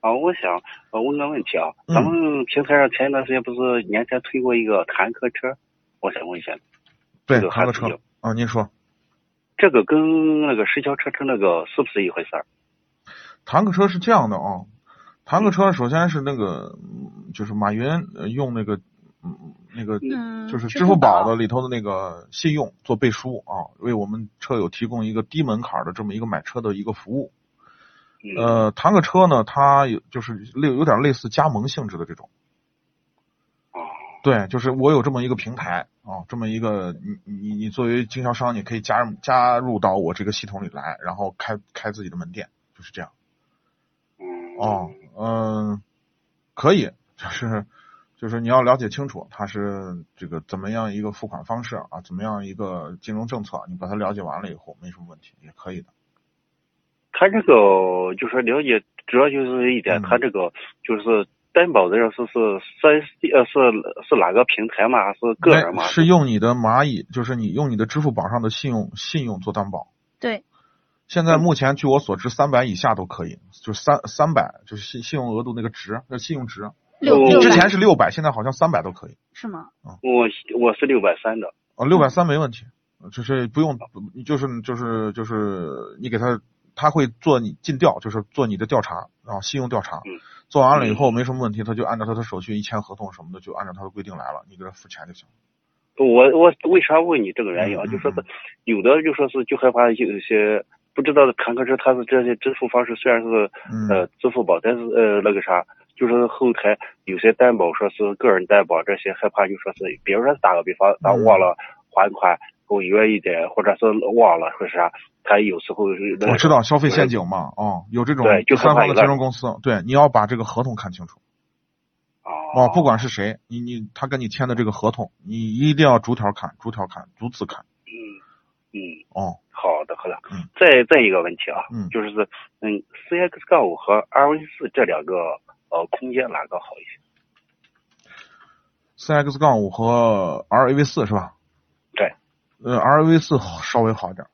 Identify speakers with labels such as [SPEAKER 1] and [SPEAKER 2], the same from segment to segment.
[SPEAKER 1] 啊，我想呃问个问题啊，
[SPEAKER 2] 嗯
[SPEAKER 1] 咱们平台上前一段时间不是年前推过一个坦克车，我想问一下，
[SPEAKER 2] 对
[SPEAKER 1] 这，个
[SPEAKER 2] 卡
[SPEAKER 1] 还
[SPEAKER 2] 个
[SPEAKER 1] 是
[SPEAKER 2] 车
[SPEAKER 1] 有
[SPEAKER 2] 啊，您说，
[SPEAKER 1] 这个跟那个石桥车车那个是不是一回事儿？
[SPEAKER 2] 坦克车是这样的啊，坦
[SPEAKER 1] 嗯
[SPEAKER 2] 克车首先是那个，嗯就是马云呃用那个，嗯，那个
[SPEAKER 3] 嗯，
[SPEAKER 2] 就是
[SPEAKER 3] 支
[SPEAKER 2] 支付宝
[SPEAKER 3] 宝
[SPEAKER 2] 的里头的那个信用做背书啊，为我们车友提供一个低门槛的这么一个买车的一个服务。
[SPEAKER 1] 嗯，
[SPEAKER 2] 呃，坦克车呢，它有就是类有点类似加盟性质的这种。
[SPEAKER 1] 哦，
[SPEAKER 2] 对，就是我有这么一个平台啊，这么一个你你你作为经销商，你可以加入加入到我这个系统里来，然后开开自己的门店，就是这样。
[SPEAKER 1] 嗯，
[SPEAKER 2] 哦，嗯，可以，就是就是你要了解清楚它是这个怎么样一个付款方式啊，怎么样一个金融政策，你把它了解完了以后没什么问题，也可以的。
[SPEAKER 1] 他这个就是了解，主要就是一点
[SPEAKER 2] 嗯，
[SPEAKER 1] 他这个就是担保的人是是三呃是是哪个平台嘛，还是个人嘛？
[SPEAKER 2] 哎是用你的蚂蚁，就是你用你的支付宝上的信用信用做担保。
[SPEAKER 3] 对，
[SPEAKER 2] 现
[SPEAKER 1] 嗯
[SPEAKER 2] 在目前据我所知，三百以下都可以，就是三三百就是信信用额度那个值，那信用值。
[SPEAKER 3] 六
[SPEAKER 1] 哦
[SPEAKER 3] 六
[SPEAKER 2] 之
[SPEAKER 3] 百
[SPEAKER 2] 前是六百，现在好像三百都可以。
[SPEAKER 3] 是吗？
[SPEAKER 1] 我我是六百三的，
[SPEAKER 2] 啊，六百三没问题，就是不用，不就是就是就是你给他，他会做你尽调，就是做你的调查啊，信用调查
[SPEAKER 1] 嗯，
[SPEAKER 2] 做完了以后没什么问题，他就按照他的手续一签合同什么的，就按照他的规定来了，你给他付钱就行。
[SPEAKER 1] 我我为啥问你这个原因啊？
[SPEAKER 2] 嗯嗯
[SPEAKER 1] 就说是有的就说是就害怕有些不知道的坦克车，它是这些支付方式虽然是
[SPEAKER 2] 嗯，
[SPEAKER 1] 呃支付宝，但是呃那个啥，就说是后台有些担保说是个人担保这些，害怕就说是，比如说打个比方，他
[SPEAKER 2] 嗯
[SPEAKER 1] 忘了还款，我约一点，或者是忘了或者啥，他有时候是那个
[SPEAKER 2] 我哦知道消费陷阱嘛，啊，有这种
[SPEAKER 1] 对
[SPEAKER 2] 第
[SPEAKER 1] 就
[SPEAKER 2] 三
[SPEAKER 1] 害怕
[SPEAKER 2] 方的
[SPEAKER 1] 有的
[SPEAKER 2] 金融公司，对，你要把这个合同看清楚
[SPEAKER 1] 哦
[SPEAKER 2] 啊，不管是谁，你你他跟你签的这个合同，你一定要逐条看，逐条看，逐字看，
[SPEAKER 1] 嗯嗯。
[SPEAKER 2] 哦，
[SPEAKER 1] 好的，好的
[SPEAKER 2] 嗯。
[SPEAKER 1] 再再一个问题啊，
[SPEAKER 2] 嗯
[SPEAKER 1] 就是是嗯，CX 杠五和 RV 四这两个呃空间哪个好一些？
[SPEAKER 2] CX 杠五和 RAV 四是吧？
[SPEAKER 1] 对。
[SPEAKER 2] 呃，RAV 四稍微好一点，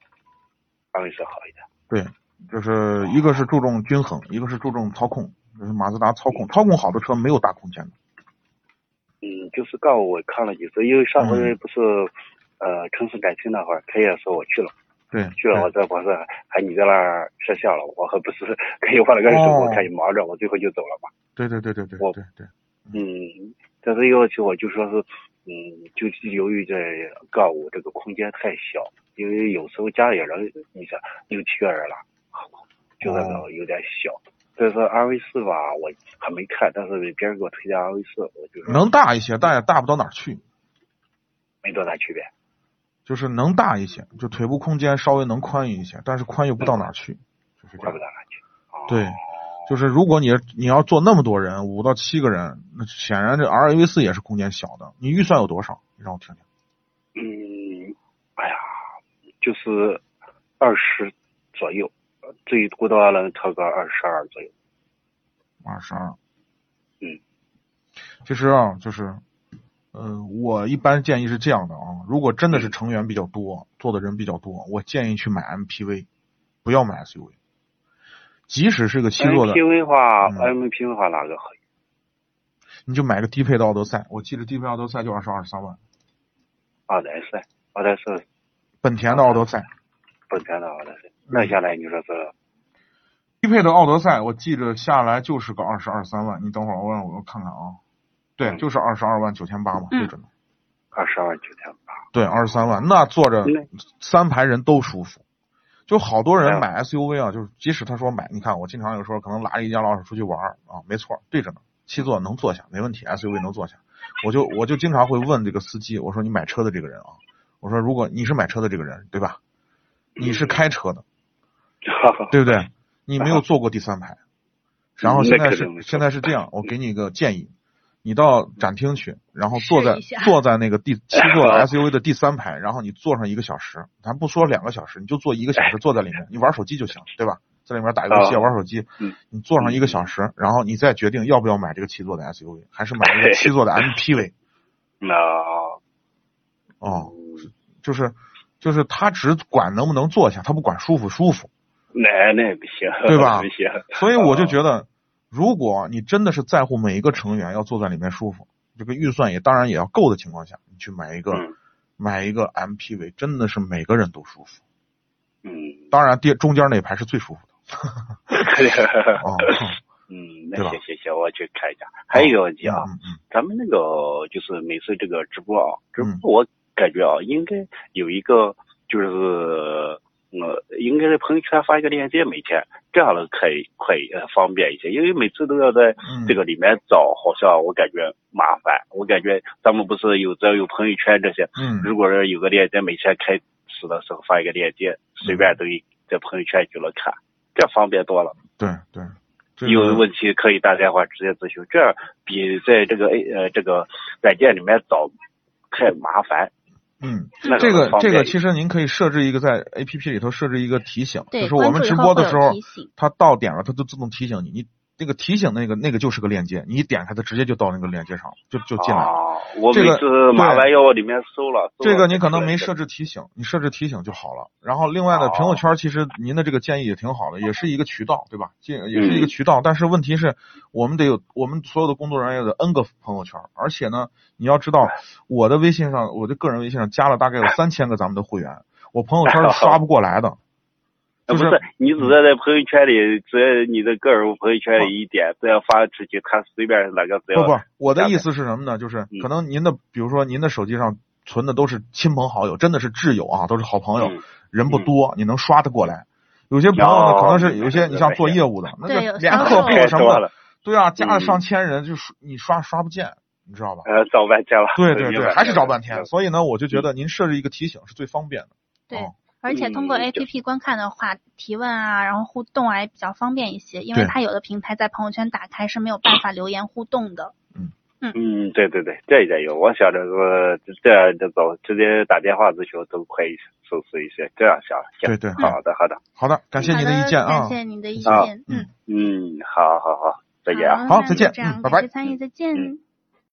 [SPEAKER 1] ，RV 四好一点。
[SPEAKER 2] 对，就是一个是注重均衡，一个是注重操控，就是马自达操控，操控好的车没有大空间的。
[SPEAKER 1] 嗯，就是杠五我看了几次，因为上回
[SPEAKER 2] 嗯
[SPEAKER 1] 不是、呃城市展区那会儿，开业时候我去了，
[SPEAKER 2] 对，
[SPEAKER 1] 去了我
[SPEAKER 2] 对
[SPEAKER 1] 在我是啊还你在那儿摄像了，我还不是给我换了个手，
[SPEAKER 2] 哦
[SPEAKER 1] 我看你忙着，我最后就走了嘛。
[SPEAKER 2] 对对对对对
[SPEAKER 1] 我
[SPEAKER 2] 对对，
[SPEAKER 1] 嗯，但是一个问题我就说是嗯，就由于这杠五这个空间太小，因为有时候家里人你想六七个人了，就那
[SPEAKER 2] 哦
[SPEAKER 1] 个有点小。但是 RV 四吧，我还没看，但是别人给我推荐 RV 四，我就说
[SPEAKER 2] 能大一些，但也大不到哪儿去，
[SPEAKER 1] 没多大区别。
[SPEAKER 2] 就是能大一些，就腿部空间稍微能宽裕一些，但是宽裕不到哪儿去，就是这
[SPEAKER 1] 怪不
[SPEAKER 2] 样
[SPEAKER 1] 得。了，
[SPEAKER 2] 对，就是如果你你要做那么多人，五到七个人，那显然这 RAV 四也是空间小的。你预算有多少？你让我听听。
[SPEAKER 1] 嗯，哎呀，就是二十左右，最多的话能超个二十二左右。
[SPEAKER 2] 二十二。
[SPEAKER 1] 嗯，
[SPEAKER 2] 其实啊，就是，呃，我一般建议是这样的啊，如果真的是成员比较多，做的人比较多，我建议去买 MPV，不要买 SUV。即使是个七座的，
[SPEAKER 1] MPV 话
[SPEAKER 2] 嗯
[SPEAKER 1] ，MPV 话哪个好？
[SPEAKER 2] 你就买个低配的奥德赛，我记得低配奥德赛就二十二三万，
[SPEAKER 1] 奥德赛，奥德赛
[SPEAKER 2] 本田的奥德赛，
[SPEAKER 1] 本田的奥德赛，那下来你说这
[SPEAKER 2] 低配的奥德赛，我记着下来就是个二十二三万。你等会儿我让我看看啊，对，
[SPEAKER 1] 嗯
[SPEAKER 2] 就是二十二万九千八嘛，
[SPEAKER 3] 嗯
[SPEAKER 2] 对着呢。
[SPEAKER 1] 二十二九千八，
[SPEAKER 2] 对，二十三万，那坐着
[SPEAKER 1] 嗯
[SPEAKER 2] 三排人都舒服。就好多人
[SPEAKER 1] 嗯
[SPEAKER 2] 买 SUV 啊，就是即使他说买，你看我经常有时候可能拉着一家老小出去玩儿啊，没错，对着呢，七座能坐下，没问题，SUV 能坐下。我就我就经常会问这个司机，我说你买车的这个人啊，我说如果你是买车的这个人，对吧？你是开车的，对不对？你没有坐过第三排，然后
[SPEAKER 1] 哎 那
[SPEAKER 2] 现在
[SPEAKER 1] 肯
[SPEAKER 2] 是
[SPEAKER 1] 定没错
[SPEAKER 2] 现在是这样，我给你一个建议，你到展厅去，然后坐在
[SPEAKER 3] 试一下
[SPEAKER 2] 坐在那个 第七座的 SUV 的第三排，然后你坐上一个小时，咱不说两个小时，你就坐一个
[SPEAKER 1] 哎
[SPEAKER 2] 小时，坐在里面，你玩手机就行，对吧？在里面打游戏、
[SPEAKER 1] 啊
[SPEAKER 2] 玩手机
[SPEAKER 1] 嗯，
[SPEAKER 2] 你坐上一个小时，然后你再决定要不要买这个七座的 SUV，还是买一个七座的 MPV
[SPEAKER 1] 那
[SPEAKER 2] 哦，就是就是他只管能不能坐下，他不管舒服舒服。
[SPEAKER 1] 那那也不行，
[SPEAKER 2] 对吧
[SPEAKER 1] 不行。
[SPEAKER 2] 所以我
[SPEAKER 1] 哦
[SPEAKER 2] 就觉得，如果你真的是在乎每一个成员要坐在里面舒服，这个预算也当然也要够的情况下，你去买一个、
[SPEAKER 1] 嗯
[SPEAKER 2] 买一个 MPV，真的是每个人都舒服。
[SPEAKER 1] 嗯，
[SPEAKER 2] 当然，第中间那一排是最舒服的 哦。
[SPEAKER 1] 嗯，那
[SPEAKER 2] 对吧
[SPEAKER 1] 行行行，我去看一下。还有一个问题啊，
[SPEAKER 2] 嗯嗯
[SPEAKER 1] 咱们那个就是每次这个直播啊，直
[SPEAKER 2] 嗯
[SPEAKER 1] 播我感觉啊，应该有一个就是呃，应该在朋友圈发一个链接，每天这样的可以快呃方便一些，因为每次都要在
[SPEAKER 2] 嗯，
[SPEAKER 1] 这个里面找，好像我感觉麻烦。我感觉咱们不是有只要有朋友圈这些，
[SPEAKER 2] 嗯
[SPEAKER 1] 如果是有个链接，每天开始的时候发一个链
[SPEAKER 2] 嗯
[SPEAKER 1] 接，随便都一在朋友圈就能看，这方便多了。
[SPEAKER 2] 对对，这个
[SPEAKER 1] 有问题可以大家伙直接咨询，这样比在这个 A 呃这个软件里面找太麻烦。
[SPEAKER 2] 嗯，
[SPEAKER 1] 那
[SPEAKER 2] 这个
[SPEAKER 1] 方
[SPEAKER 2] 这
[SPEAKER 1] 便
[SPEAKER 2] 个其实您可以设置一个在 A P P 里头设置一个提醒，就
[SPEAKER 3] 对
[SPEAKER 2] 是我们
[SPEAKER 3] 关注以
[SPEAKER 2] 直
[SPEAKER 3] 后
[SPEAKER 2] 播的
[SPEAKER 3] 会
[SPEAKER 2] 时
[SPEAKER 3] 有
[SPEAKER 2] 候
[SPEAKER 3] 提醒，
[SPEAKER 2] 它到点了，它就自动提醒你，你那个提醒那个那个就是个链接，你一点开它直接就到那个链接上了，就就进来了。
[SPEAKER 1] 啊，我
[SPEAKER 2] 这
[SPEAKER 1] 每
[SPEAKER 2] 个
[SPEAKER 1] 次麻烦
[SPEAKER 2] 对
[SPEAKER 1] 要往里面搜了，搜了
[SPEAKER 2] 这个你可能没
[SPEAKER 1] 才出
[SPEAKER 2] 设
[SPEAKER 1] 来
[SPEAKER 2] 置提醒，你设置提醒就好了。然后另外呢，
[SPEAKER 1] 哦
[SPEAKER 2] 朋友圈其实您的这个建议也挺好的，也是一个渠道，对吧？这也是一个
[SPEAKER 1] 嗯
[SPEAKER 2] 渠道，但是问题是我们得有我们所有的工作人员有 N 个朋友圈，而且呢，你要知道我的微信上，我的个人微信上加了大概有三千个咱们的会员，我朋友圈是刷不过来 的。就
[SPEAKER 1] 呃
[SPEAKER 2] 是
[SPEAKER 1] 不是你只是在朋友圈里，只要你的个人朋友圈里一点，只要发出去，他随便哪个只要
[SPEAKER 2] 哦不不，我的意思是什么呢？就是
[SPEAKER 1] 嗯
[SPEAKER 2] 可能您的，比如说您的手机上存的都是亲朋好友，真的是挚友啊，都是好朋友，
[SPEAKER 1] 嗯
[SPEAKER 2] 人不
[SPEAKER 1] 嗯
[SPEAKER 2] 多，你能刷得过来。有些朋友呢，
[SPEAKER 1] 哦
[SPEAKER 2] 可能是
[SPEAKER 1] 明白
[SPEAKER 2] 有些你
[SPEAKER 1] 明白
[SPEAKER 2] 像做业务的，那
[SPEAKER 3] 对有
[SPEAKER 2] 个连
[SPEAKER 3] 销
[SPEAKER 2] 客
[SPEAKER 3] 售
[SPEAKER 2] 户什么
[SPEAKER 1] 嗯多
[SPEAKER 2] 的，
[SPEAKER 1] 了，
[SPEAKER 2] 对啊，加了
[SPEAKER 1] 嗯
[SPEAKER 2] 上千人，就是你刷刷不见，你知道吧？
[SPEAKER 1] 呃，找半天了，
[SPEAKER 2] 对对
[SPEAKER 1] 明白
[SPEAKER 2] 对，还是找半
[SPEAKER 1] 明
[SPEAKER 2] 天。
[SPEAKER 1] 白嗯
[SPEAKER 2] 所以呢，我就觉得您设置一个提醒是最方便的。
[SPEAKER 3] 对
[SPEAKER 2] 哦
[SPEAKER 3] 而且通过
[SPEAKER 1] 嗯
[SPEAKER 3] A
[SPEAKER 1] 就
[SPEAKER 3] P P 观看的话，提问啊，然后互动啊也比较方便一些，因为
[SPEAKER 2] 对
[SPEAKER 3] 它有的平台在朋友圈打开是没有办法留言互动的。
[SPEAKER 1] 嗯，对对对，这一点有，我想着说这样就走，直接打电话咨询都快一些，手撕一些，这样想，行
[SPEAKER 2] 对对好
[SPEAKER 1] 好的好的，
[SPEAKER 2] 好的，感谢
[SPEAKER 3] 嗯好
[SPEAKER 2] 您的意见啊
[SPEAKER 3] 感。谢您的意
[SPEAKER 1] 好
[SPEAKER 3] 见，
[SPEAKER 2] 嗯
[SPEAKER 3] 嗯，
[SPEAKER 1] 嗯，好好好，再见啊。
[SPEAKER 2] 好
[SPEAKER 3] 那
[SPEAKER 2] 再
[SPEAKER 3] 就
[SPEAKER 2] 见
[SPEAKER 3] 这样
[SPEAKER 2] 嗯拜
[SPEAKER 3] 感谢
[SPEAKER 2] 拜
[SPEAKER 3] 参与，再见。
[SPEAKER 1] 嗯